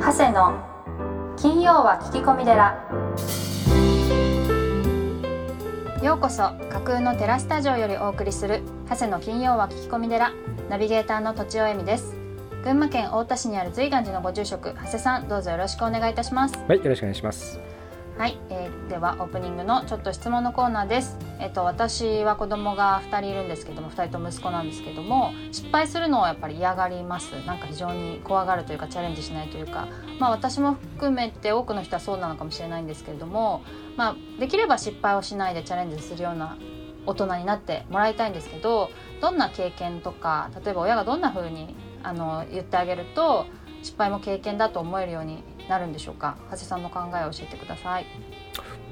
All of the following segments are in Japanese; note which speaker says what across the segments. Speaker 1: 長谷の金曜は聞き込み寺ようこそ架空のテラスタジオよりお送りする長谷の金曜は聞き込み寺ナビゲーターの土尾恵美です群馬県太田市にある瑞岩寺のご住職長谷さんどうぞよろしくお願いいたします
Speaker 2: はい、よろしくお願いします。
Speaker 1: はい、えーではオープニングのちょっと質問のコーナーです。えっ、と私は子供が2人いるんですけども、2人とも息子なんですけども、失敗するのをやっぱり嫌がります。なんか非常に怖がるというかチャレンジしないというか、まあ私も含めて多くの人はそうなのかもしれないんですけれども、まあできれば失敗をしないでチャレンジするような大人になってもらいたいんですけど、どんな経験とか、例えば親がどんな風にあの言ってあげると失敗も経験だと思えるようになるんでしょうか。長谷さんの考えを教えてください。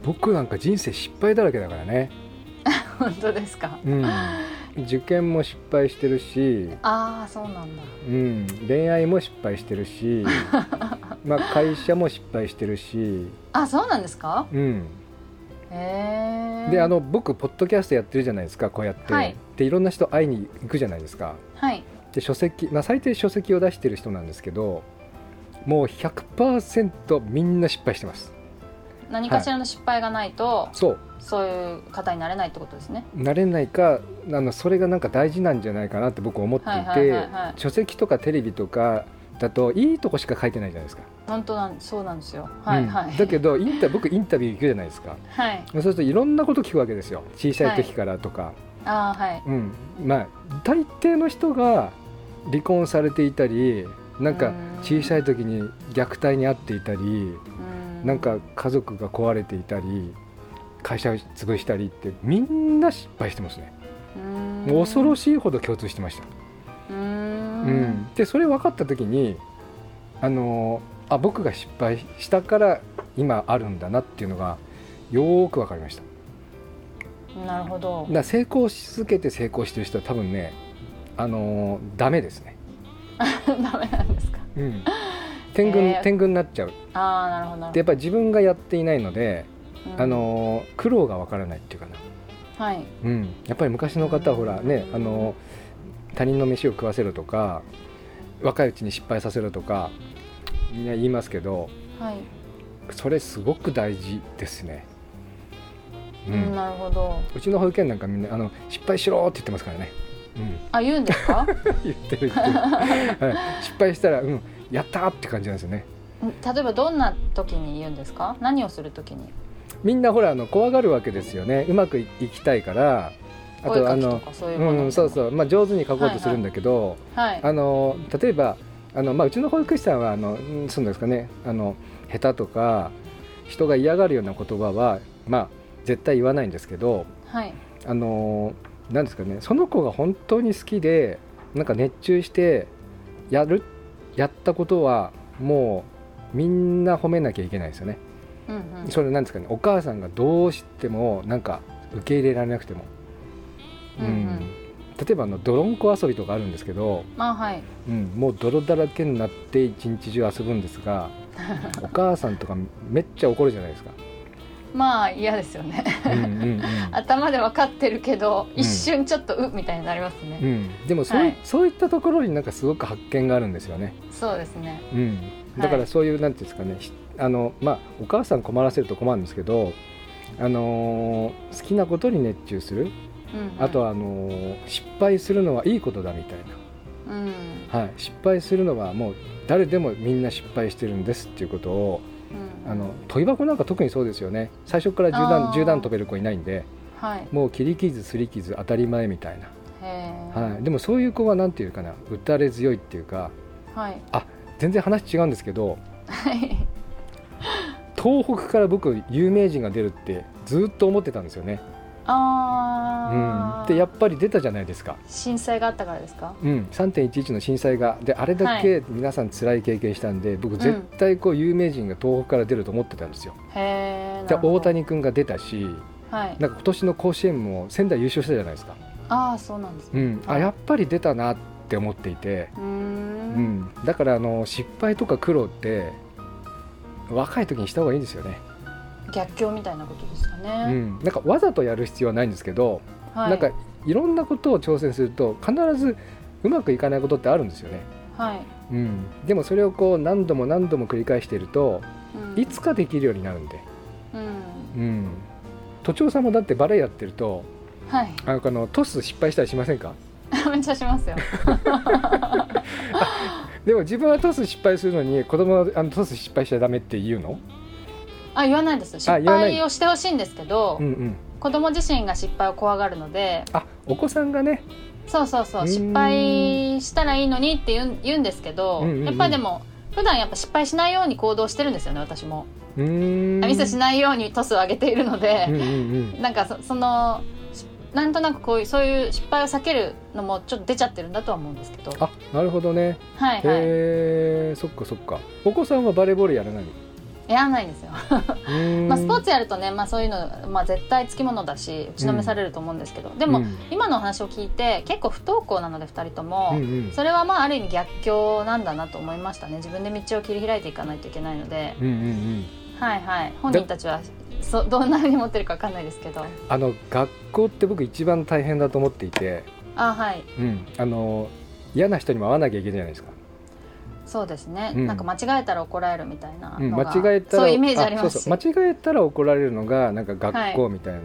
Speaker 2: 僕なんか人生失敗だらけだからね。
Speaker 1: 本当ですか
Speaker 2: うん。受験も失敗してるし、
Speaker 1: ああそうなんだ
Speaker 2: うん、恋愛も失敗して るし、まあ会社も失敗してるし、
Speaker 1: あそうなんですか
Speaker 2: うん。
Speaker 1: へえ
Speaker 2: で、あの僕ポッドキャストやってるじゃないですか、こうやって。
Speaker 1: はい
Speaker 2: で、いろんな人会いに行くじゃないですか。
Speaker 1: はい
Speaker 2: で、書籍、まあ最低書籍を出してる人なんですけど、もう100%みんな失敗してます。
Speaker 1: 何かしらの失敗がないと、
Speaker 2: そう。
Speaker 1: そういう方になれないってことですね
Speaker 2: 慣れないかあのそれがなんか大事なんじゃないかなって僕思ってい
Speaker 1: は
Speaker 2: て、
Speaker 1: いはいはいはい
Speaker 2: 書籍とかテレビとかだといいとこしか書いてないじゃないですか、
Speaker 1: 本当なんそうなんですよはい、
Speaker 2: うん
Speaker 1: はい
Speaker 2: だけどインタ僕インタビュー行くじゃないですか
Speaker 1: はい
Speaker 2: そうするといろんなこと聞くわけですよ小さい時からとか、
Speaker 1: ああはい
Speaker 2: うんまあ大抵の人が離婚されていたりなん
Speaker 1: う
Speaker 2: か
Speaker 1: ん
Speaker 2: 小さい時に虐待に遭っていたり
Speaker 1: うん
Speaker 2: なんか家族が壊れていたり会社を潰したりってみんな失敗してますね
Speaker 1: うん
Speaker 2: もう恐ろしいほど共通してました
Speaker 1: う
Speaker 2: うん
Speaker 1: ん、
Speaker 2: でそれ分かった時にあのあ僕が失敗したから今あるんだなっていうのがよーく分かりましただ
Speaker 1: なるほど
Speaker 2: から成功し続けて成功してる人は多分ねあのダメですね、
Speaker 1: ダメなんですか
Speaker 2: うん、天狗、
Speaker 1: えー
Speaker 2: 天狗になっちゃう
Speaker 1: ああなるほどな
Speaker 2: で
Speaker 1: る
Speaker 2: やっぱり自分がやっていないので、
Speaker 1: ほどうん
Speaker 2: あの苦労が分からないっていうかな、
Speaker 1: はい
Speaker 2: うん、やっぱり昔の方はほらねあの他人の飯を食わせろとか若いうちに失敗させろとかみんな言いますけど
Speaker 1: はい、
Speaker 2: それすごく大事ですね、う
Speaker 1: うんん、なるほど
Speaker 2: うちの保育園なんかみんなあの失敗しろって言ってますからね、 うん、
Speaker 1: あ言うんですかん
Speaker 2: 言ってる言ってる、はい、失敗したら、うん、やったーって感じなんですよね
Speaker 1: 例えばどんな時に言うんですか何をする時に
Speaker 2: みんなほらあの怖がるわけですよねうまくいいきたいからあ
Speaker 1: 声
Speaker 2: あ
Speaker 1: かけと
Speaker 2: の
Speaker 1: かそういうもの
Speaker 2: うん、そうそう、まあ、上手に書こうとするんだけど、
Speaker 1: はい
Speaker 2: あの例えばあの、まあ、うちの保育士さんはあのうんそうなんですかねあの下手とか人が嫌がるような言葉は、まあ、絶対言わないんですけど、
Speaker 1: はい
Speaker 2: あのーなんですかねその子が本当に好きでなんか熱中してやるやったことはもうみんな褒めなきゃいけないですよね、
Speaker 1: うんうん
Speaker 2: それなんですかねお母さんがどうしてもなんか受け入れられなくても、うん
Speaker 1: うんうん
Speaker 2: 例えばあの泥んこ遊びとかあるんですけど、
Speaker 1: まあはい
Speaker 2: うん、もう泥だらけになって一日中遊ぶんですが お母さんとかめっちゃ怒るじゃないですか。
Speaker 1: まあ嫌ですよね
Speaker 2: うんうん うん
Speaker 1: 頭で分かってるけど
Speaker 2: ん
Speaker 1: 一瞬ちょっとうみたいになりますね、
Speaker 2: うん、でもそう,、
Speaker 1: はい
Speaker 2: そういったところになんかすごく発見があるんですよね。
Speaker 1: そうですね
Speaker 2: うん、
Speaker 1: い
Speaker 2: だからそういう、なんていうんですかねひあの、まあ、お母さん困らせると困るんですけど、あのー好きなことに熱中する
Speaker 1: うんうん
Speaker 2: あとはあのー失敗するのはいいことだみたい
Speaker 1: うん
Speaker 2: な、はい、失敗するのはもう誰でもみんな失敗してるんですっていうことを
Speaker 1: うん
Speaker 2: あの問い箱なんか特にそうですよね最初から10
Speaker 1: あ
Speaker 2: 段
Speaker 1: ー
Speaker 2: ,10 段飛べる子いないんで
Speaker 1: はい
Speaker 2: もう切り傷すり傷当たり前みたいな、
Speaker 1: へえ
Speaker 2: はい、でもそういう子はなんていうかな打たれ強いっていうか
Speaker 1: はい
Speaker 2: 全然話違うんですけど
Speaker 1: はい
Speaker 2: 東北から僕有名人が出るってずっと思ってたんですよね、うん
Speaker 1: あ、ー
Speaker 2: でやっぱり出たじゃないですか、
Speaker 1: 震災があったからですか
Speaker 2: うん、3.11の震災がであれだけ皆さん辛い経験したんで、僕絶対こう有名人が東北から出ると思ってたんですよ、
Speaker 1: へえ
Speaker 2: で大谷君が出たし
Speaker 1: はい
Speaker 2: なんか今年の甲子園も仙台優勝したじゃないですか、
Speaker 1: ああそうなんです
Speaker 2: う
Speaker 1: ね
Speaker 2: ん、あやっぱり出たなって思っていて、
Speaker 1: うー
Speaker 2: うんん、だからあの失敗とか苦労って若い時にした方がいいんですよね、
Speaker 1: 逆境みたいなことですか
Speaker 2: う
Speaker 1: ね、
Speaker 2: ん、なんかわざとやる必要はないんですけど
Speaker 1: はい
Speaker 2: なんかいろんなことを挑戦すると必ずうまくいかないことってあるんですよね。
Speaker 1: はい
Speaker 2: うん、でもそれをこう何度も何度も繰り返していると
Speaker 1: うん
Speaker 2: いつかできるようになるんで、
Speaker 1: うん
Speaker 2: うん、都庁さんもだってバレエやってると
Speaker 1: はい
Speaker 2: あのあのトス失敗したりしませんか
Speaker 1: めっちゃしますよ
Speaker 2: でも自分はトス失敗するのに子供はあのトス失敗しちゃダメって言うの
Speaker 1: あ言わないです失
Speaker 2: あ言わない
Speaker 1: 敗をしてほしいんですけど、
Speaker 2: うんうん
Speaker 1: 子供自身が失敗を怖がるので
Speaker 2: あお子さんがね
Speaker 1: そうそうそううん失敗したらいいのにって言うん言うんですけど、
Speaker 2: うんうんうん
Speaker 1: やっぱりでも普段やっぱ失敗しないように行動してるんですよね私も、
Speaker 2: うーん
Speaker 1: あミスしないようにトスを上げているの
Speaker 2: うん
Speaker 1: で、
Speaker 2: うんうん
Speaker 1: なんかそそのしなんとなくこういうそういう失敗を避けるのもちょっと出ちゃってるんだとは思うんですけど
Speaker 2: あなるほどね
Speaker 1: はいは
Speaker 2: へえそっかそっかお子さんはバレーボールやらない
Speaker 1: いやらないですよ、ま
Speaker 2: ま
Speaker 1: あ、スポーツやるとね、まあ、そういうの、まあ、絶対つきものだし打ちのめされると思うんですけど、で
Speaker 2: で
Speaker 1: も、
Speaker 2: うん
Speaker 1: 今のお話を聞いて結構不登校なので2人とも、
Speaker 2: うんうん
Speaker 1: それはまあある意味逆境なんだなと思いましたね自分で道を切り開いていかないといけないので、
Speaker 2: うんうんうん
Speaker 1: はいはい本人たちはそどんなふうに持ってるかわかんないですけど
Speaker 2: あの学校って僕一番大変だと思っていて、
Speaker 1: あはい
Speaker 2: うん、あの嫌な人にも会わなきゃいけないじゃないですか、
Speaker 1: そうですね、
Speaker 2: うん
Speaker 1: なんか間違えたら怒られるみたいな
Speaker 2: うん、
Speaker 1: の
Speaker 2: 間
Speaker 1: が、
Speaker 2: 違えたら
Speaker 1: そういうイメージあります
Speaker 2: そうそう間違えたら怒られるのがなんか学校みたいな、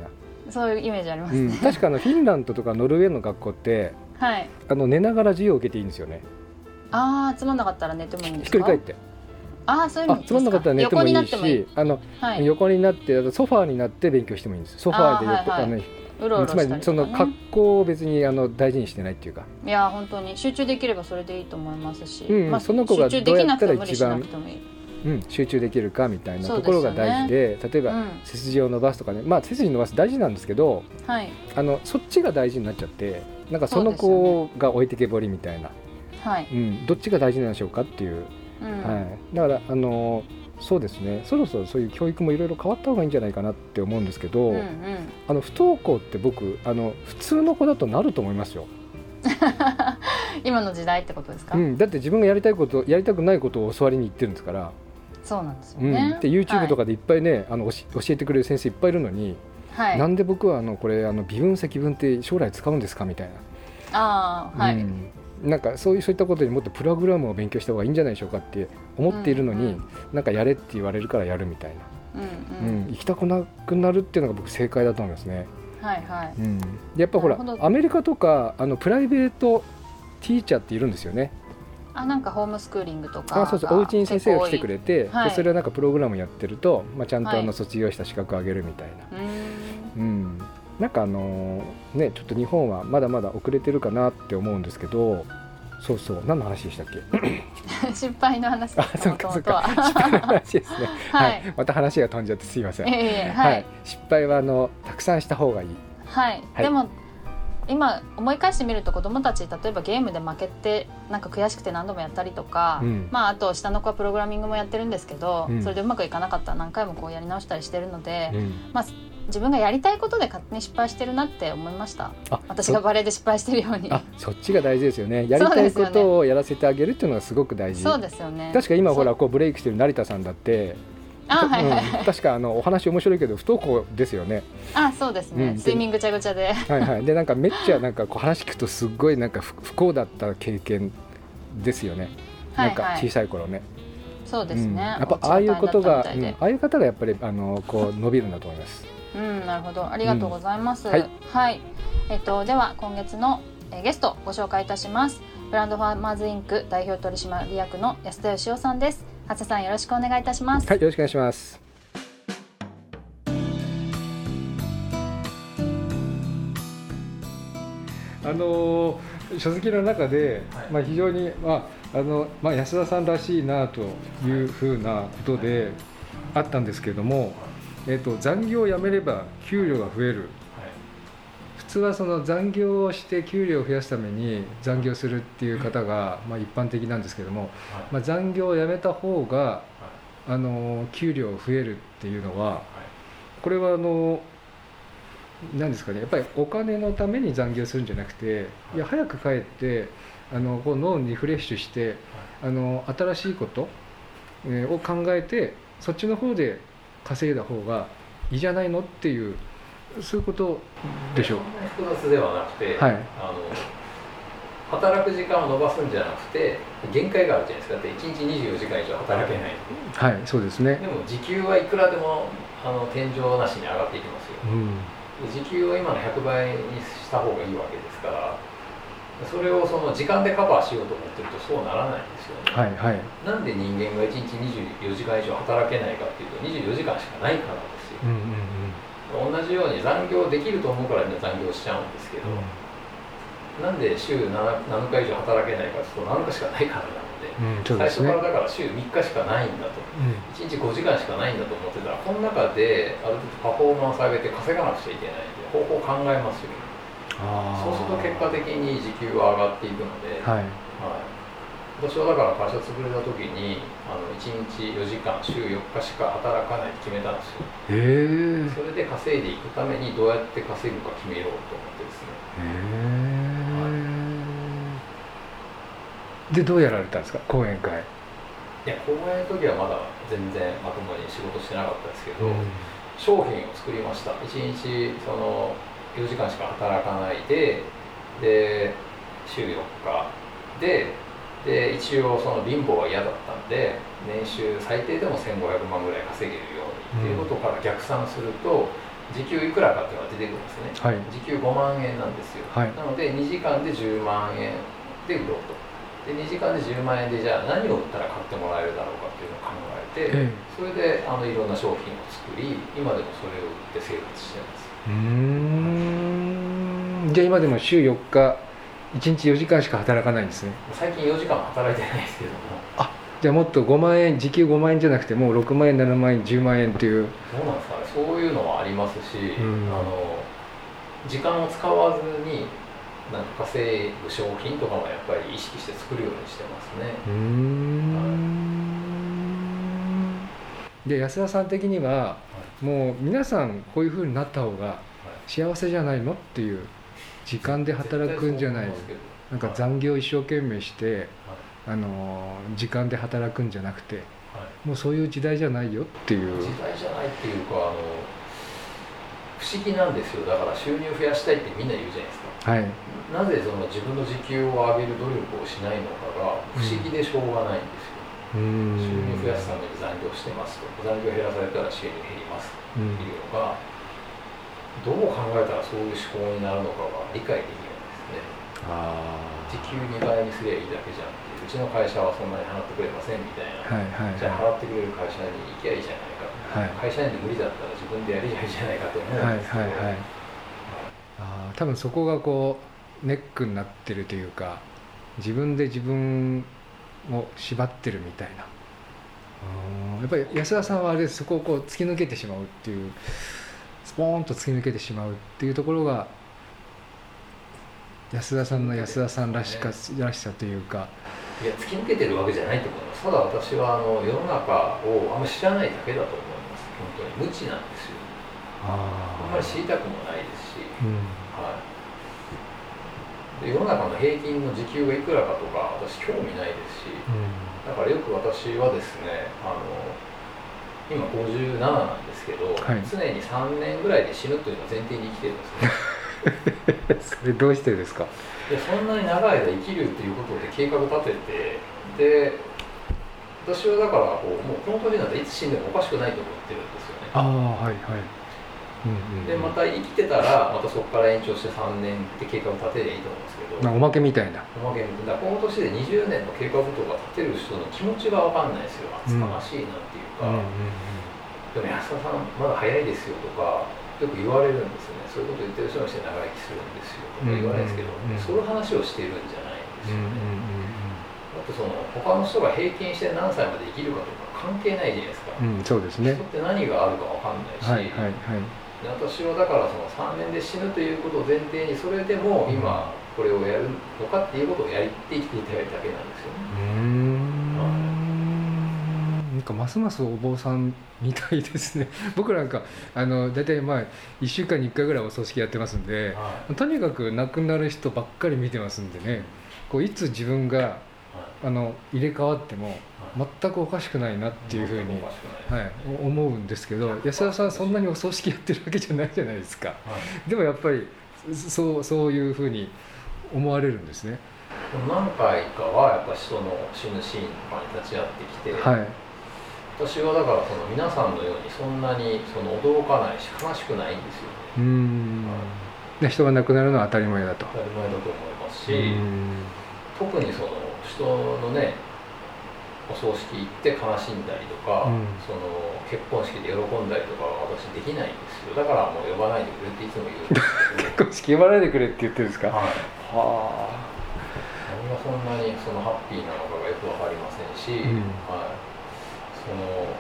Speaker 1: そういうイメージあります
Speaker 2: うん、
Speaker 1: ね、
Speaker 2: 確かあのフィンランドとかノルウェーの学校って
Speaker 1: はい
Speaker 2: あの寝ながら授業を受けていいんですよね
Speaker 1: ああつまんなかったら寝てもいいんで
Speaker 2: ひっ
Speaker 1: す
Speaker 2: くり
Speaker 1: か
Speaker 2: 返って
Speaker 1: ああそういう意
Speaker 2: あ
Speaker 1: 味です
Speaker 2: つまんなかったら寝てもい
Speaker 1: 横にないっ
Speaker 2: して
Speaker 1: もいい
Speaker 2: あの
Speaker 1: はい
Speaker 2: 横になってあとソファーになって勉強してもいいんですソファーで
Speaker 1: あーはいはい
Speaker 2: あの
Speaker 1: うろうろ
Speaker 2: つ
Speaker 1: し
Speaker 2: ま
Speaker 1: たり
Speaker 2: り
Speaker 1: とか、ね、
Speaker 2: その格好を別にあの大事にしてないっていうか、
Speaker 1: いや本当に集中できればそれでいいと思いますし、
Speaker 2: うん
Speaker 1: まあ、
Speaker 2: その子が
Speaker 1: 集中できなくても
Speaker 2: ど
Speaker 1: 無
Speaker 2: うや
Speaker 1: 理
Speaker 2: った
Speaker 1: し
Speaker 2: ら
Speaker 1: な
Speaker 2: 一番
Speaker 1: くてもいい、
Speaker 2: うん、集中できるかみたいな
Speaker 1: そう
Speaker 2: と
Speaker 1: です
Speaker 2: こ
Speaker 1: よ
Speaker 2: ろ
Speaker 1: ね
Speaker 2: が大事で例え
Speaker 1: う
Speaker 2: ば、
Speaker 1: ん、
Speaker 2: 背筋を伸ばすとかね、まあ、背筋伸ばす大事なんですけど
Speaker 1: はい
Speaker 2: あのそっちが大事になっちゃってなんかそ
Speaker 1: そう
Speaker 2: の
Speaker 1: です
Speaker 2: 子が置いてけぼりみたいな、
Speaker 1: はいう
Speaker 2: ん、どっちが大事なんでしょうかっていう、
Speaker 1: うん
Speaker 2: はい、だからあのそうですねそろそろそういう教育もいろいろ変わった方がいいんじゃないかなって思うんですけど、
Speaker 1: うんうん、
Speaker 2: あの不登校って僕あの普通の子だとなると思いますよ、
Speaker 1: 今の時代ってことですか、
Speaker 2: うん、だって自分がやりたいことやりたくないことを教わりに行ってるんですから、
Speaker 1: そうなんですよ
Speaker 2: うん
Speaker 1: ね、
Speaker 2: で YouTube と
Speaker 1: か、
Speaker 2: かでいっぱいね、あの教え教えてくれる先生いっぱいいるのに、
Speaker 1: はい
Speaker 2: なんで僕はあのこれあの微分積分って将来使うんですかみたい
Speaker 1: ああ
Speaker 2: な、
Speaker 1: はい、
Speaker 2: うんなんかそういうそういったことにもっとプログラムを勉強した方がいいんじゃないでしょうかって思っているのに、
Speaker 1: うんうん
Speaker 2: なんかやれって言われるからやるみたいな、
Speaker 1: うん
Speaker 2: うん
Speaker 1: うん
Speaker 2: 行きたくなくなるっていうのが僕正解だと思いますね。
Speaker 1: はいはい
Speaker 2: うん、でやっぱほら
Speaker 1: なるほど
Speaker 2: アメリカとかあのプライベートティーチャーっているんですよね。
Speaker 1: あなんかホームスクーリングとか
Speaker 2: あそうそうお家に先生が来てくれて、
Speaker 1: はい
Speaker 2: でそれはなんかプログラムやってると、まあ、ちゃんとあ
Speaker 1: は
Speaker 2: の
Speaker 1: い
Speaker 2: 卒業した資格を上げるみたいな。
Speaker 1: うーん
Speaker 2: うん、なんかあのーねちょっと日本はまだまだ遅れてるかなって思うんですけどそうそう何の話でしたっけ
Speaker 1: 失敗の話です
Speaker 2: あそうかそうか
Speaker 1: 元々は
Speaker 2: 失敗の話ですね
Speaker 1: はい、
Speaker 2: また話が飛んじゃってすいません、
Speaker 1: ええええ はい、はい
Speaker 2: 失敗はあのたくさんした方がいいはい
Speaker 1: でも今思い返してみると子供たち例えばゲームで負けてなんか悔しくて何度もやったりとか、
Speaker 2: うん
Speaker 1: まあ、あと下の子はプログラミングもやってるんですけど、
Speaker 2: うん
Speaker 1: それでうまくいかなかったら何回もこうやり直したりしてるので、
Speaker 2: うん
Speaker 1: まあ、自分がやりたいことで勝手に失敗してるなって思いました
Speaker 2: あ
Speaker 1: 私が
Speaker 2: そ
Speaker 1: バレエで失敗してるように
Speaker 2: あそっちが大事ですよねやりたいこ
Speaker 1: そうですよ
Speaker 2: とをやらせてあげるっていうのがすごく大事
Speaker 1: そうですよね
Speaker 2: 確か今ほらこうブレイクしてる成田さんだって、
Speaker 1: あはいはい、
Speaker 2: うん確かあのお話面白いけど不登校ですよね
Speaker 1: あそうですね、
Speaker 2: うん
Speaker 1: 睡眠ぐちゃぐちゃで
Speaker 2: はいはい、でなんかめっちゃなんかこう話聞くとすっごいなんか不不幸だった経験ですよね、
Speaker 1: はい
Speaker 2: なんか
Speaker 1: は
Speaker 2: 小
Speaker 1: い
Speaker 2: さい頃ね
Speaker 1: そうですね、
Speaker 2: うん、やっぱああいうこと
Speaker 1: お
Speaker 2: が、
Speaker 1: 家
Speaker 2: う
Speaker 1: 大変
Speaker 2: ん
Speaker 1: だ
Speaker 2: あ
Speaker 1: ったみ
Speaker 2: あいう方がやっぱりあのこう伸びるんだと思います
Speaker 1: たいでうんなるほどありがとうございます、
Speaker 2: うんは
Speaker 1: はいい、えっとでは今月のえーゲストご紹介いたしますブランドファーマーズインク代表取締役の安田義雄さんです長谷さんよろしくお願いいたします
Speaker 2: はいよろしくお願いしますあの書籍の中で、まあ、非常に、まああのまあ、安田さんらしいなというふうなことであったんですけれども、えっと残業をやめれば給料が増える普通はその残業をして給料を増やすために残業するっていう方がまあ一般的なんですけども、まあ、残業をやめた方があの給料増えるっていうのはこれはあの何ですかねやっぱりお金のために残業するんじゃなくていや早く帰ってあのこう脳にリフレッシュしてあの新しいことえーを考えてそっちの方で稼いだ方がいいじゃないのっていうそういうことでしょう
Speaker 3: 複雑ではなくて、
Speaker 2: はい
Speaker 3: あの働く時間を延ばすんじゃなくて限界があるじゃないですかだって1日24時間以上働けない
Speaker 2: はいそうですね
Speaker 3: でも時給はいくらでもあの天井なしに上がっていきますよ
Speaker 2: うん
Speaker 3: で時給を今の100倍にした方がいいわけですからそれをその時間でカバーしようと思ってるとそうならないんですよね、
Speaker 2: はいはい
Speaker 3: なんで人間が1日24時間以上働けないかっていうと24時間しかないからですよ
Speaker 2: うんうん
Speaker 3: 同じように残業できると思うからみんな残業しちゃうんですけど、なんで週 7, 7日以上働けないかっていうと7日しかないからなので
Speaker 2: うんうんそう
Speaker 3: 最
Speaker 2: です
Speaker 3: 初
Speaker 2: ね
Speaker 3: からだから週3日しかないんだと
Speaker 2: う
Speaker 3: 1日5時間しかないんだと思ってたらこの中である程度パフォーマンス上げて稼がなくちゃいけないんで方法を考えますよ
Speaker 2: あ
Speaker 3: そうすると結果的に時給は上がっていくので、
Speaker 2: はい
Speaker 3: はい、私はだから会社潰れた時にあの1日4時間週4日しか働かないって決めたんですよ
Speaker 2: へえ
Speaker 3: それで稼いでいくためにどうやって稼ぐか決めようと思ってですね
Speaker 2: でどうやられたんですか講演会
Speaker 3: いや公演の時はまだ全然まともに仕事してなかったですけど、商品を作りました1日その4時間しか働かないでで週4日でで一応その貧乏は嫌だったんで年収最低でも1500万ぐらい稼げるようにっていうことから逆算すると時給いくらかっていうのが出てくるんです
Speaker 2: は
Speaker 3: ね
Speaker 2: い
Speaker 3: 時給5万円なんですよ、
Speaker 2: はい
Speaker 3: なので2時間で10万円で売ろうとで2時間で10万円でじゃあ何を売ったら買ってもらえるだろうかっていうのを考えて、
Speaker 2: ええ
Speaker 3: それであのいろんな商品を作り今でもそれを売って生活してます
Speaker 2: うーんじゃあ今でも週4日1日4時間しか働かないんですね
Speaker 3: 最近4時間も働いてないですけども
Speaker 2: じゃあもっと5万円時給5万円じゃなくてもう6万円7万円10万円っていう
Speaker 3: どうなんですかねそういうのはありますし、
Speaker 2: うん
Speaker 3: あの時間を使わずになんか稼ぐ商品とかもやっぱり意識して作るようにしてますね
Speaker 2: うーんで安田さん的にはもう皆さんこういう風になった方が幸せじゃないのっていう時間で働くんじゃない
Speaker 3: 絶対そう思います
Speaker 2: なんか
Speaker 3: はい
Speaker 2: 残業一生懸命して
Speaker 3: けどはい
Speaker 2: あのー時間で働くんじゃなくて
Speaker 3: はい
Speaker 2: もうそういう時代じゃないよっていう
Speaker 3: 時代じゃないっていうかあの不思議なんですよだから収入増やしたいってみんな言うじゃないですか
Speaker 2: はい
Speaker 3: なぜその自分の時給を上げる努力をしないのかが不思議でしょうがないんですよ、
Speaker 2: うーん
Speaker 3: 収入増やすために残業してますと残業減らされたら収入減りますっ
Speaker 2: う
Speaker 3: て
Speaker 2: ん
Speaker 3: いうのがどう考えたらそういう思考になるのかが理解できないですね
Speaker 2: あ
Speaker 3: 時給2倍にすりゃいいだけじゃんっていううちの会社はそんなに払ってくれませんみたい
Speaker 2: ー
Speaker 3: な、
Speaker 2: はいはい
Speaker 3: じゃあ払ってくれる会社に行きゃいいじゃないか
Speaker 2: はい
Speaker 3: 会社員で無理だったら自分でやりゃいいじゃないかと思うん
Speaker 2: はい
Speaker 3: ですけど、
Speaker 2: はいはいあー多分そこがこうネックになってるというか自分で自分を縛ってるみたいなうーんやっぱり安田さんはあれですそこをこう突き抜けてしまうっていうスポーンと突き抜けてしまうっていうところが安田さんの安田さんらしか、らしさというか
Speaker 3: いや突き抜けてるわけじゃないと思いますただ私はあの世の中をあんまり知らないだけだと思います本当に無知なんですよあんまり知りたくもないですし、
Speaker 2: うん
Speaker 3: はい、で世の中の平均の時給がいくらかとか私興味ないですしだからよく私はですねあの今57なんですけど、
Speaker 2: はい
Speaker 3: 常に3年ぐらいで死ぬというのを前提に生きてるんですね
Speaker 2: うん、それどうしてですか
Speaker 3: でそんなに長い間生きるっていうことで計画立ててで私はだからこうもうこの時なんていつ死んでもおかしくないと思ってるんですよね
Speaker 2: ああはいはい、うんうん
Speaker 3: でまた生きてたらまたそこから延長して3年って計画立てりゃいいと思うんですけ
Speaker 2: な
Speaker 3: ど
Speaker 2: おまけみたいな
Speaker 3: おまけにだからこの年で20年の計画とか立てる人の気持ちが分かんないですよ
Speaker 2: う
Speaker 3: 厚
Speaker 2: ん
Speaker 3: かましいなっていう
Speaker 2: う
Speaker 3: か、
Speaker 2: んうん
Speaker 3: でも安田さんまだ早いですよとかよく言われるんですよねそういうこと言ってる人の人は長生きするんですよとか言われるんですけ
Speaker 2: う
Speaker 3: ど、
Speaker 2: んうんうん
Speaker 3: そういう話をしてるんじゃないん
Speaker 2: う
Speaker 3: です
Speaker 2: ん
Speaker 3: よ
Speaker 2: うん
Speaker 3: ね、だってその他の人が平均して何歳まで生きるかとか関係ないじゃないですか、
Speaker 2: うんうんうんそうですね
Speaker 3: 人って何があるか分かんないし、
Speaker 2: はいはいはい
Speaker 3: で私はだからその3年で死ぬということを前提にそれでも今これをやるのかっていうことをやって生きていただいただけなんですよ
Speaker 2: う
Speaker 3: ね
Speaker 2: ーんなんかますますお坊さんみたいですね僕なんかあの大体まあ1週間に1回ぐらいお葬式やってますんで
Speaker 3: は
Speaker 2: とにかく亡くなる人ばっかり見てますんでねこういつ自分が
Speaker 3: い
Speaker 2: あの入れ替わっても
Speaker 3: はい
Speaker 2: 全くおかしくないなっていうふうに、
Speaker 3: おかしくな
Speaker 2: はいい
Speaker 3: です、
Speaker 2: お思うんですけど安田さんそんなにお葬式やってるわけじゃないじゃないですか
Speaker 3: はい
Speaker 2: でもやっぱりそそうそういうふうに思われるんですね
Speaker 3: いでも何回かはやっぱ人の死ぬシーンとかに立ち会ってきて、
Speaker 2: はい
Speaker 3: 私はだからその皆さんのようにそんなにその驚かないし悲しくないんですよね
Speaker 2: うーんで人が亡くなるのは当たり前だと
Speaker 3: 当たり前だと思います
Speaker 2: う
Speaker 3: し、
Speaker 2: ーん
Speaker 3: 特にその人のねお葬式行って悲しんだりとか、
Speaker 2: うん
Speaker 3: その結婚式で喜んだりとかは私できないんですよだからもう呼ばないでくれっていつも言うんです
Speaker 2: 結婚式
Speaker 3: け
Speaker 2: 呼ばないでくれって言ってるんですか
Speaker 3: ど、
Speaker 2: は
Speaker 3: は
Speaker 2: あ
Speaker 3: い、何がそんなにそのハッピーなのかがよく分かりませんし、
Speaker 2: うん
Speaker 3: はい、その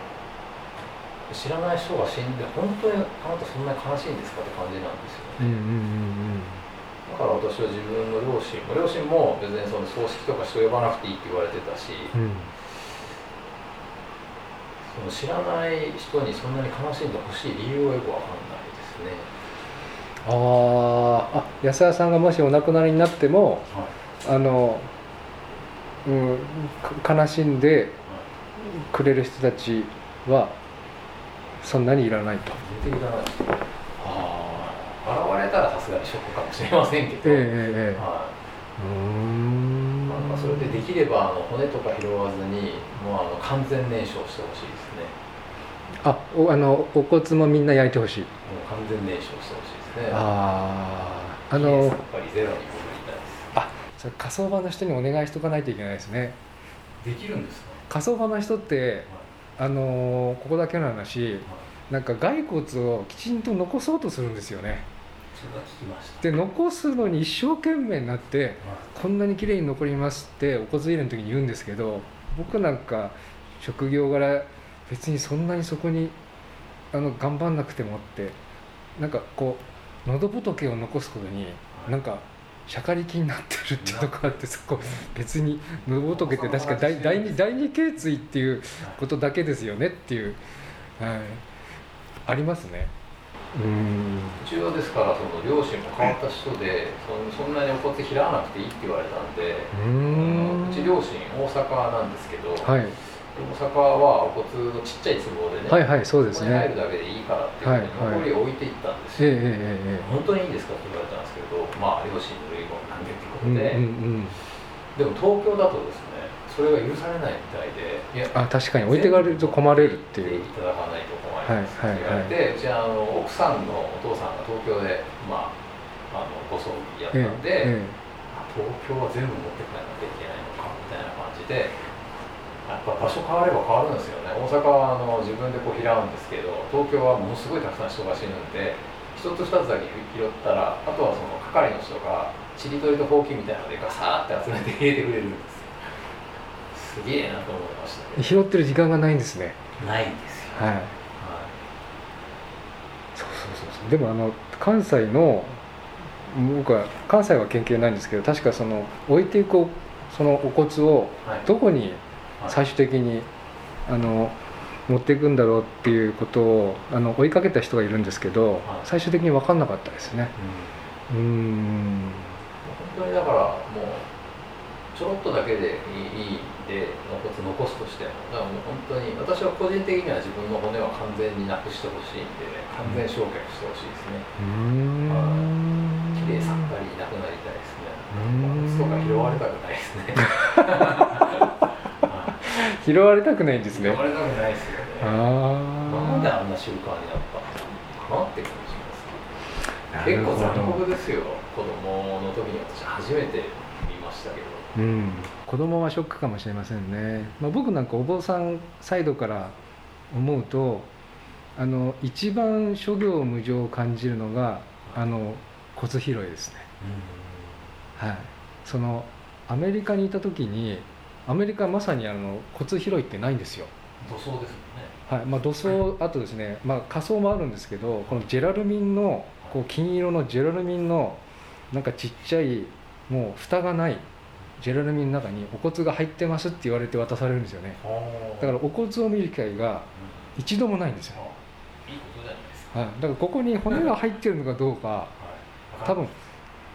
Speaker 3: 知らない人が死んで本当にあなたそんなに悲しいんですかって感じなんですよ
Speaker 2: う
Speaker 3: ね
Speaker 2: んうんうん
Speaker 3: だから私は自分の両親も両親も別にその葬式とか人呼ばなくていいって言われてたし、
Speaker 2: うんうん
Speaker 3: その知らない人にそんなに悲しんでほしい理由はよくわかんないですね、
Speaker 2: あーあ安田さんがもしお亡くなりになっても
Speaker 3: はい
Speaker 2: あの、うん、か悲しんでくれる人たちはそんなにいらないと。
Speaker 3: 全然いらないですよあ現れたらさすがにショックかもしれませんけど、
Speaker 2: えええええ
Speaker 3: は
Speaker 2: えうー
Speaker 3: い
Speaker 2: ん
Speaker 3: まあ、まあそれでできればあの骨とか拾わずにもうあの完全燃焼してほしいですね
Speaker 2: あおあのお骨もみんな焼いてほしい。
Speaker 3: もう完全燃焼してほしいですね
Speaker 2: あああ
Speaker 3: あ
Speaker 2: の
Speaker 3: やっぱりゼロに戻りたい
Speaker 2: それ火葬場の人にお願いしとかないといけないですね。
Speaker 3: ですできるんですか
Speaker 2: 火葬場の人ってあのーここだけの話なんか骸骨をきちんと残そうとするんですよね。
Speaker 3: それは聞きました
Speaker 2: で残すのに一生懸命になってこんなに綺麗に残りますってお骨入れの時に言うんですけど僕なんか職業柄別にそんなにそこにあの頑張んなくてもってなんかこう喉仏を残すことになんかしゃかり気になってるっていうのがあってそこ別に喉 仏って確か第第二第二頸椎っていうことだけですよねっていう、はい、ありますね。うん
Speaker 3: うちはですからその両親も変わった人でそんそんなにお骨拾わなくていいって言われたんで
Speaker 2: う
Speaker 3: あのうち
Speaker 2: ん
Speaker 3: 両親大阪なんですけど、
Speaker 2: はい
Speaker 3: 大阪はお骨のちっちゃい壺でね、
Speaker 2: はいはいそうで
Speaker 3: こ
Speaker 2: す
Speaker 3: こ
Speaker 2: ね。
Speaker 3: に入るだけでいいからっていう
Speaker 2: は
Speaker 3: の
Speaker 2: い
Speaker 3: に残りを置いていったんですよ、
Speaker 2: ええええええ
Speaker 3: 本当にいいんですかって言われたんですけどまあ両親の遺言なんでってこと
Speaker 2: うんうんう
Speaker 3: で、
Speaker 2: ん、
Speaker 3: でも東京だとですねそれが許されないみたいでいや
Speaker 2: あ確かに置いてかれると困れるっていう
Speaker 3: 全部持っていただかないと困りますって言われて、うちはあの奥さんのお父さんが東京で、まあ、あのご葬儀やったんで、
Speaker 2: え
Speaker 3: あ東京は全部持って帰らなきゃいけないのかみたいな感じでやっぱ場所変われば変わるんですよね大阪はあの自分でこう拾うんですけど東京はものすごいたくさん人が死ぬんで一つ二つだけ拾ったらあとはその係の人がちりとりとほうきみたいなのでガサーって集めて入れてくれるんです よすげえなと思いました
Speaker 2: え
Speaker 3: ね
Speaker 2: 拾ってる時間がないんですね
Speaker 3: ないんです
Speaker 2: は
Speaker 3: よ、
Speaker 2: い
Speaker 3: は
Speaker 2: そうそうそうそうでもあの関西の僕は関西は研究ないんですけど確かその置いていくおそのお骨を
Speaker 3: いはい
Speaker 2: どこに最終的にあの持っていくんだろうっていうことをあの追いかけた人がいるんですけど
Speaker 3: はい
Speaker 2: 最終的に分かんなかったですね
Speaker 3: うん
Speaker 2: うーん
Speaker 3: 本当にだからもうちょろっとだけでいいんで残す残すとしてもだからもう本当に私は個人的には自分の骨は完全になくしてほしいんで、ね、完全焼却してほしいですね
Speaker 2: うーん
Speaker 3: 綺麗さっぱりなくなりたいですね
Speaker 2: うん
Speaker 3: 靴とか拾われたくないですねはい
Speaker 2: 拾われたくないんです
Speaker 3: 拾
Speaker 2: ね
Speaker 3: われたくないですよねなんで
Speaker 2: あ
Speaker 3: あんな習慣になったのかなって感じます
Speaker 2: あ
Speaker 3: 結構残酷ですよ子供の時に私初めて見ましたけど
Speaker 2: うん、子供はショックかもしれませんね、まあ、僕なんかお坊さんサイドから思うとあの一番諸行無常を感じるのがあの骨拾いですねはいそのアメリカにいた時にアメリカはまさにあの骨拾いってないんですよ
Speaker 3: 土葬ですもんね
Speaker 2: はいまあ、土葬あとですね、まあ、仮装もあるんですけどこのジェラルミンのこう金色のジェラルミンのなんかちっちゃいもう蓋がないジェラルミンの中にお骨が入ってますって言われて渡されるんですよね
Speaker 3: だ
Speaker 2: だから
Speaker 3: いい
Speaker 2: お骨を見る機会が一度もないんですよ、
Speaker 3: ことじゃないですか、
Speaker 2: はい、だからここに骨が入ってるのかどうか多分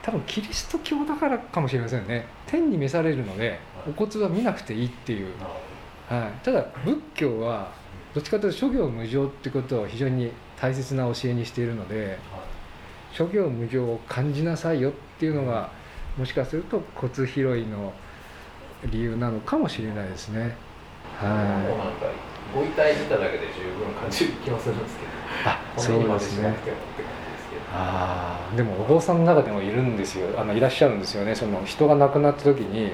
Speaker 2: 多分キリスト教だからかもしれませんね天に召されるのでお骨は見なくていいっていう
Speaker 3: なるほ
Speaker 2: はい、ただ仏教はどっちかというと諸行無常ってことを非常に大切な教えにしているので
Speaker 3: ど、はい
Speaker 2: 諸行無常を感じなさいよっていうのがもしかすると骨拾いの理由なのかもしれないですね。
Speaker 3: もう
Speaker 2: は
Speaker 3: なんかご遺体見ただけで十分感じる気もするんですけど
Speaker 2: い。あ、そうですね。
Speaker 3: 骨にましなくてもって感じですけど
Speaker 2: ああ、でもお坊さんの中でもいるんですよ。あのいらっしゃるんですよね。その人が亡くなった時に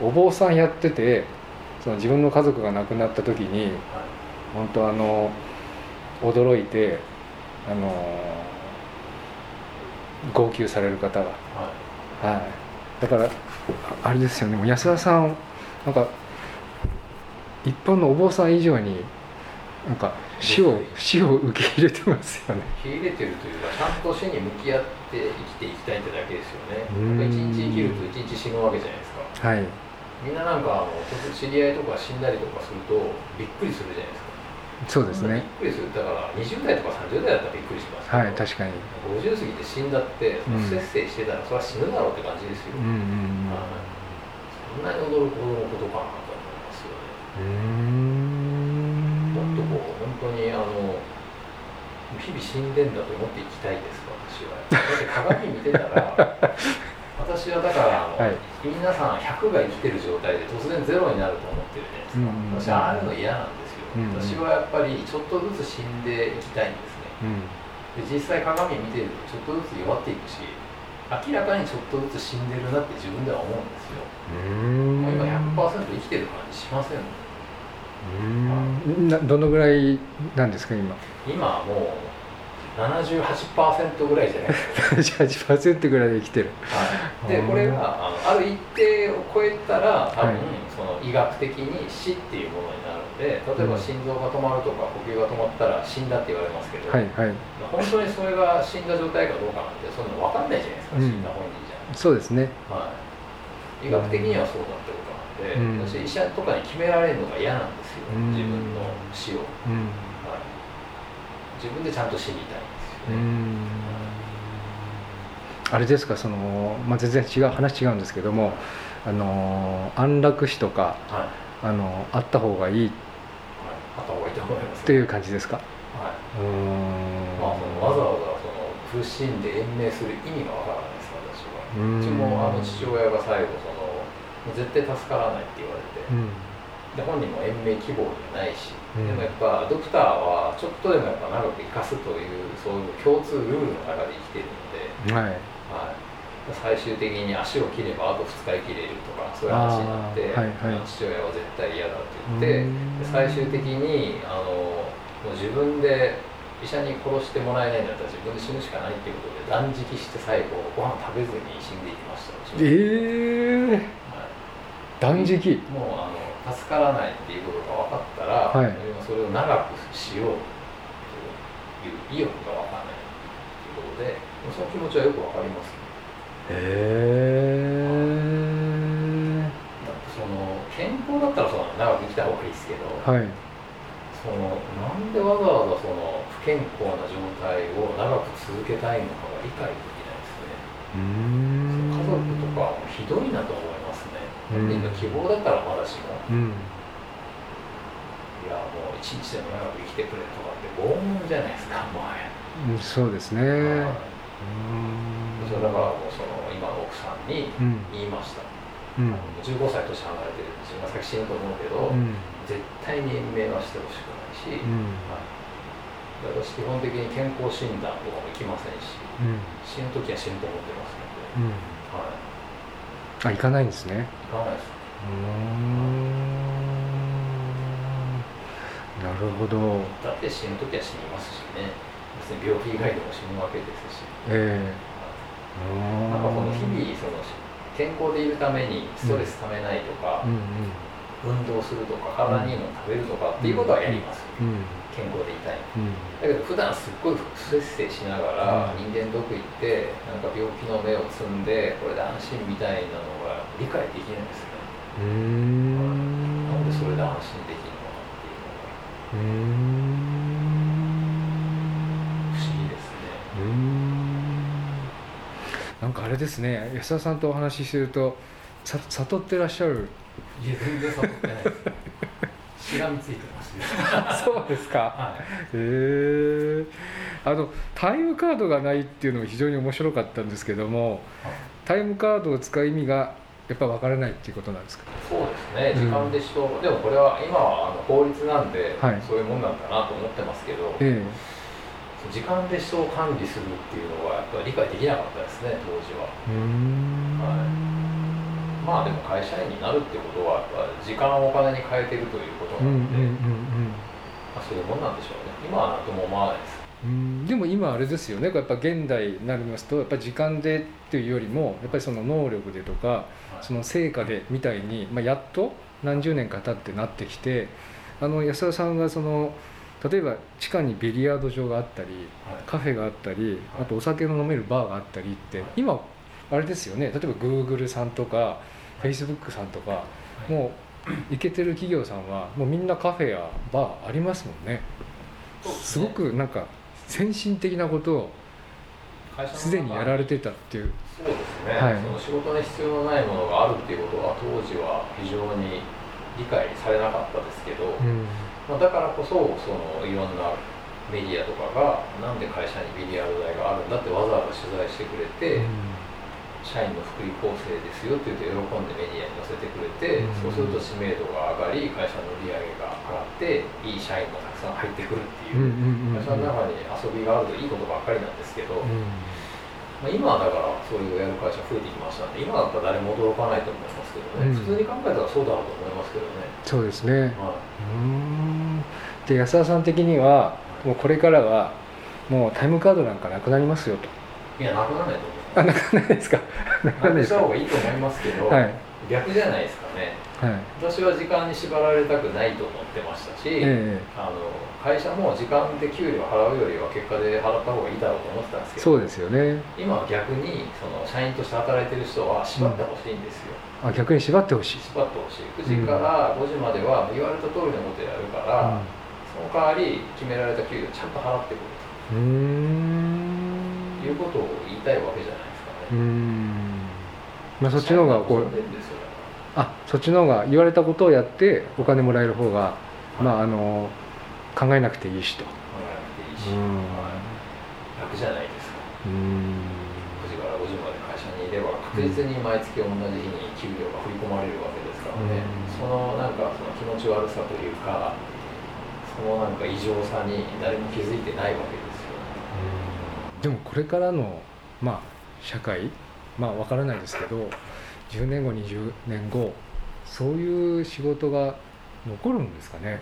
Speaker 2: お坊さんやってて、その自分の家族が亡くなった時に
Speaker 3: はい
Speaker 2: 本当あの驚いてあの号泣される方が、
Speaker 3: はいはい
Speaker 2: はい、だからああれですよねもう安田さんなんか一般のお坊さん以上になんか死を死を受け入れてますよね。
Speaker 3: 受け入れてるというかちゃんと死に向き合って生きていきたいってだけですよね
Speaker 2: うん
Speaker 3: なんか一日生きると一日死ぬわけじゃないですか
Speaker 2: はい、
Speaker 3: みんななんかあの知り合いとか死んだりとかするとびっくりするじゃないですか
Speaker 2: そうですね。
Speaker 3: びっくりするだから20代とか30代だったらびっくりしますけど
Speaker 2: はい、確かに。
Speaker 3: 50過ぎて死んだって
Speaker 2: うん
Speaker 3: 不節制してたらそれは死ぬだろうって感じですよ、
Speaker 2: うんうん
Speaker 3: はいそんなに驚くほどのことかなと思いますよね
Speaker 2: うん。うーん
Speaker 3: もっとこう本当にあの日々死んでんだと思っていきたいです私はだって鏡見てたら 私はだからあの、
Speaker 2: はい
Speaker 3: 皆さん100が生きてる状態で突然ゼロになると思ってるじゃないで
Speaker 2: う
Speaker 3: すか、私
Speaker 2: ん
Speaker 3: はああいうの嫌なんですよ、
Speaker 2: うんうん
Speaker 3: 私はやっぱりちょっとずつ死んでいきたいんですね
Speaker 2: うん。
Speaker 3: で実際鏡見てるとちょっとずつ弱っていくし明らかにちょっとずつ死んでるなって自分では思うんですよ、
Speaker 2: うーん
Speaker 3: もう今100%生きてる感じしませんもん
Speaker 2: うーんなどのぐらいなんですか今
Speaker 3: 今はもう78%ぐらいじゃないですか、
Speaker 2: 78%ぐらいで生きてる
Speaker 3: はいでこれがあのある一定を超えたら多
Speaker 2: はい
Speaker 3: 分その医学的に死っていうものになるので例え
Speaker 2: う
Speaker 3: ば
Speaker 2: ん
Speaker 3: 心臓が止まるとか呼吸が止まったら死んだって言われますけど、
Speaker 2: はいはい
Speaker 3: 本当にそれが死んだ状態かどうかなんてそんな分かんないじゃないですか、
Speaker 2: うん
Speaker 3: 死んだ本人じゃ
Speaker 2: そうですね
Speaker 3: はい、医学的にはそうだってことな
Speaker 2: うん
Speaker 3: ので、私医者とかに決められるのが嫌なんですよ、
Speaker 2: うん
Speaker 3: 自分の死を、
Speaker 2: うん
Speaker 3: はい、自分でちゃんと死にたいんです
Speaker 2: うー
Speaker 3: よね、
Speaker 2: んあれですかその、まあ、全然違う話違うんですけどもあの安楽死とか
Speaker 3: はい
Speaker 2: あのあった方がいいっ
Speaker 3: はい、あった方がいいと思います
Speaker 2: ていう
Speaker 3: はい
Speaker 2: 感じですかうーん
Speaker 3: まあ、そのわざわざその苦しんで延命する意味がわからないです私は
Speaker 2: うーん
Speaker 3: うちもあの父親が最後そのもう絶対助からないって言われて、
Speaker 2: うん
Speaker 3: で本人も延命希望じゃないし、
Speaker 2: うん
Speaker 3: でもやっぱドクターはちょっとでもやっぱ長く生かすというそういう共通ルールの中で生きてるので、
Speaker 2: はい
Speaker 3: はい、最終的に足を切ればあと2日生きれるとかそういう話になって、
Speaker 2: あーはいはい
Speaker 3: 父親は絶対嫌だって言って、
Speaker 2: うん
Speaker 3: で最終的にあのもう自分で医者に殺してもらえないんだったら自分で死ぬしかないっていうことで断食して最後ご飯食べずに死んでいきました
Speaker 2: ええー、
Speaker 3: 私は
Speaker 2: 断
Speaker 3: はい
Speaker 2: 食
Speaker 3: もうあの助からないっていうことが分かったら、
Speaker 2: はい
Speaker 3: 自分はそれを長くしようという意欲が分からないっていうことでその気持ちはよく分かります
Speaker 2: へ
Speaker 3: だってその健康だったらそう長く生きた方がいいですけど、
Speaker 2: えはい
Speaker 3: そのなんでわざわざその不健康な状態を長く続けたいのかが理解できないですね家族とかもひどいなと思いますね
Speaker 2: うん
Speaker 3: 本人の希望だったらまだしも
Speaker 2: うん
Speaker 3: いやもう一日でも長く生きてくれとかって拷問じゃないですかもうあれ
Speaker 2: うんそうですねうん
Speaker 3: それだからもうその今の奥さんに
Speaker 2: うん
Speaker 3: 言いまし
Speaker 2: う
Speaker 3: た、
Speaker 2: ん
Speaker 3: 15歳年離れてる自分が先死ぬと思うけど、
Speaker 2: うん
Speaker 3: 絶対に延命はしてほしくないし、
Speaker 2: うん
Speaker 3: はい、私基本的に健康診断とかも行きませんし
Speaker 2: うん
Speaker 3: 死ぬ時は死ぬと思ってますの
Speaker 2: う
Speaker 3: で、
Speaker 2: ん
Speaker 3: はい、
Speaker 2: あ行かないんですね
Speaker 3: 行かないです
Speaker 2: うんなるほど
Speaker 3: だって死ぬ時は死にますしね別に病気以外でも死ぬわけですし、
Speaker 2: え
Speaker 3: はい
Speaker 2: えうん
Speaker 3: なんかこの日々その健康でいるためにストレスためないとか
Speaker 2: う、ん
Speaker 3: 運動するとか体にいいもの食べるとかっていうことはやります、
Speaker 2: うんうん
Speaker 3: 健康でいたい
Speaker 2: うん
Speaker 3: だけど普段すっごい不節制しながら
Speaker 2: うん
Speaker 3: 人間ドック行ってなんか病気の目を摘んでこれで安心みたいなのが理解できないです
Speaker 2: うー
Speaker 3: ね
Speaker 2: ん
Speaker 3: なんでそれで安心できるのかっていうのが
Speaker 2: うーん
Speaker 3: 不思議ですね
Speaker 2: うーんなんかあれですね安田さんとお話しするとさ悟ってらっしゃる
Speaker 3: いや全然悟ってないですしがみついてますね
Speaker 2: そうですか
Speaker 3: はい
Speaker 2: へえあのタイムカードがないっていうのも非常に面白かったんですけどもタイムカードを使う意味がやっぱ分からないっていうことなんですか
Speaker 3: そうですね時間でしょ、うでもこれは今はあの法律なんで、
Speaker 2: はい
Speaker 3: そういうもんなんだなと思ってますけど、
Speaker 2: え
Speaker 3: 時間で人を管理するっていうのはやっぱり理解できなかったですね当時は
Speaker 2: えうん
Speaker 3: まあでも会社員になるってことはやっぱ時間をお金に変えてるというこ
Speaker 2: う
Speaker 3: と
Speaker 2: んううん
Speaker 3: なんんで、
Speaker 2: うん
Speaker 3: まあ、そういうもんなんでしょうね今は何とも思わないです
Speaker 2: うんでも今あれですよねやっぱ現代になりますとやっぱ時間でっていうよりもやっぱりその能力でとか
Speaker 3: はい
Speaker 2: その成果でみたいに、まあ、やっと何十年か経ってなってきてあの安田さんがその例えば地下にビリヤード場があったり
Speaker 3: はい
Speaker 2: カフェがあったりあとお酒の飲めるバーがあったりって今あれですよね例えば Google さんとか Facebook さんとかもういけてる企業さんはもうみんなカフェやバーありますもんね。
Speaker 3: そうですね
Speaker 2: ごくなんか先進的なことを
Speaker 3: 会社の中
Speaker 2: すでにやられてたっていう、
Speaker 3: そうですね、
Speaker 2: はい
Speaker 3: その仕事に必要のないものがあるっていうことは当時は非常に理解されなかったですけど、
Speaker 2: ん
Speaker 3: まあ、だからこそそのいろんなメディアとかがなんで会社にビリヤード台があるんだってわざわざ取材してくれて、社員の福利厚生ですよって言って喜んでメディアに載せてくれて、
Speaker 2: うん
Speaker 3: そうすると知名度が上がり会社の売り上げが上がっていい社員がたくさん入ってくるって
Speaker 2: うんうんうんうん
Speaker 3: いう、会社の中に遊びがあるといいことばっかりなんですけど、
Speaker 2: う
Speaker 3: まあ、今はだからそういうやる会社増えてきましたんで今だったら誰も驚かないと思いますけど
Speaker 2: うん
Speaker 3: ね、普通に考えたらそうだろうと思いますけどね、
Speaker 2: んそうですね
Speaker 3: は
Speaker 2: うーんで安田さん的にはもうこれからはもうタイムカードなんかなくなりますよと
Speaker 3: い、いやなくならないと思います
Speaker 2: あなくならないですかなくなら
Speaker 3: な
Speaker 2: ない
Speaker 3: く
Speaker 2: で
Speaker 3: し
Speaker 2: す
Speaker 3: た
Speaker 2: か
Speaker 3: 方がいいと思いますけど、
Speaker 2: はい
Speaker 3: 逆じゃないですかね
Speaker 2: はい
Speaker 3: 私は時間に縛られたくないと思ってましたし、
Speaker 2: え
Speaker 3: あの会社も時間で給料払うよりは結果で払った方がいいだろうと思ってたんです
Speaker 2: え
Speaker 3: けど
Speaker 2: そうですよね
Speaker 3: 今は逆にその社員として働いてる人は縛ってほしいんですよ、
Speaker 2: あ逆に縛ってほしい、
Speaker 3: 縛ってほしい9時から5時までは言われた通りのことやるから、その代わり決められた給料ちゃんと払ってく
Speaker 2: う
Speaker 3: る
Speaker 2: んうーん
Speaker 3: ということを言いたいわけじゃないです
Speaker 2: うー
Speaker 3: かね、
Speaker 2: んまあそっちの方がこう
Speaker 3: 社員もそうですよ
Speaker 2: あそっちの方が言われたことをやってお金もらえる方が、
Speaker 3: はい
Speaker 2: まああの考えなくていいしと
Speaker 3: 考えなくていいし、
Speaker 2: うん
Speaker 3: はい楽じゃないですか
Speaker 2: うん
Speaker 3: 9時から5時まで会社にいれば確実に毎月同じ日に給料が振り込まれるわけですからね、
Speaker 2: うん
Speaker 3: そのなんかその気持ち悪さというかそのなんか異常さに誰も気づいてないわけですよ
Speaker 2: でもこれからのまあ社会まあわからないですけど10年後20年後そういう仕事が残るんですかね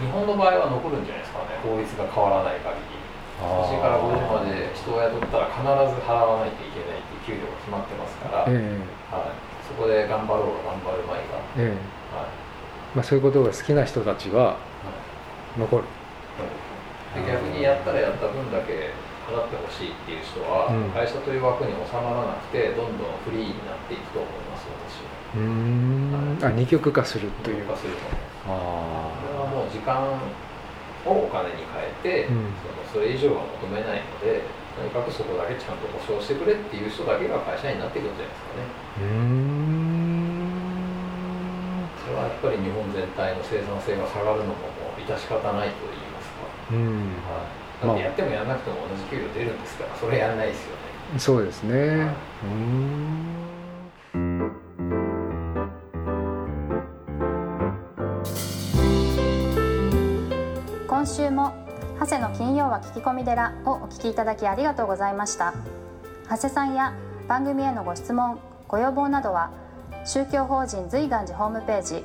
Speaker 3: 日本の場合は残るんじゃないですかね法律が変わらない限り9時から5時まで人を雇ったら必ず払わないといけないっていう給料が決まってますから、
Speaker 2: え
Speaker 3: はい、そこで頑張ろうが頑張るまいが、
Speaker 2: えええ
Speaker 3: はい
Speaker 2: まあ、そういうことが好きな人たちは
Speaker 3: はい
Speaker 2: 残る、
Speaker 3: で逆にやったらやった分だけ払ってほしいっていう人は、
Speaker 2: うん
Speaker 3: 会社という枠に収まらなくてどんどんフリーになっていくと思います私は
Speaker 2: うーんあ二極化するという
Speaker 3: 化すると思いま
Speaker 2: あ
Speaker 3: すこれはもう時間をお金に変えて、
Speaker 2: うん
Speaker 3: そのそれ以上は求めないのでとにかくそこだけちゃんと保証してくれっていう人だけが会社員になっていくんじゃないで
Speaker 2: うーん
Speaker 3: すかねそれはやっぱり日本全体の生産性が下がるのももう致し方ないと言います
Speaker 2: う
Speaker 3: か、
Speaker 2: ん
Speaker 3: はい、だってやってもやらなくても同じ給料出るんですからそれやらないですよね
Speaker 2: そうですね
Speaker 3: はいう
Speaker 2: ーん
Speaker 1: 今週も長谷の金曜は聞き込み寺をお聞きいただきありがとうございました長谷さんや番組へのご質問ご要望などは宗教法人随願寺ホームページ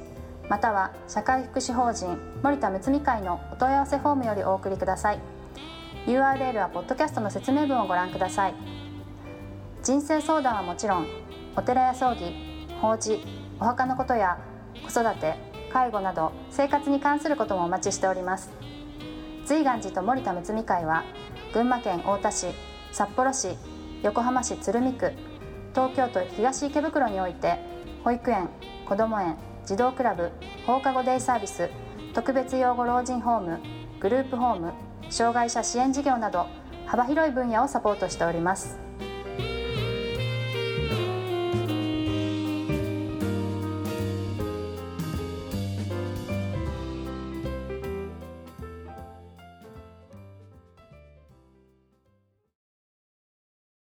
Speaker 1: または社会福祉法人森田睦美会のお問い合わせフォームよりお送りください URL はポッドキャストの説明文をご覧ください人生相談はもちろんお寺や葬儀法事お墓のことや子育て介護など生活に関することもお待ちしております瑞岩寺と森田睦美会は群馬県太田市札幌市横浜市鶴見区東京都東池袋において保育園こども園児童クラブ放課後デイサービス特別養護老人ホームグループホーム障害者支援事業など幅広い分野をサポートしております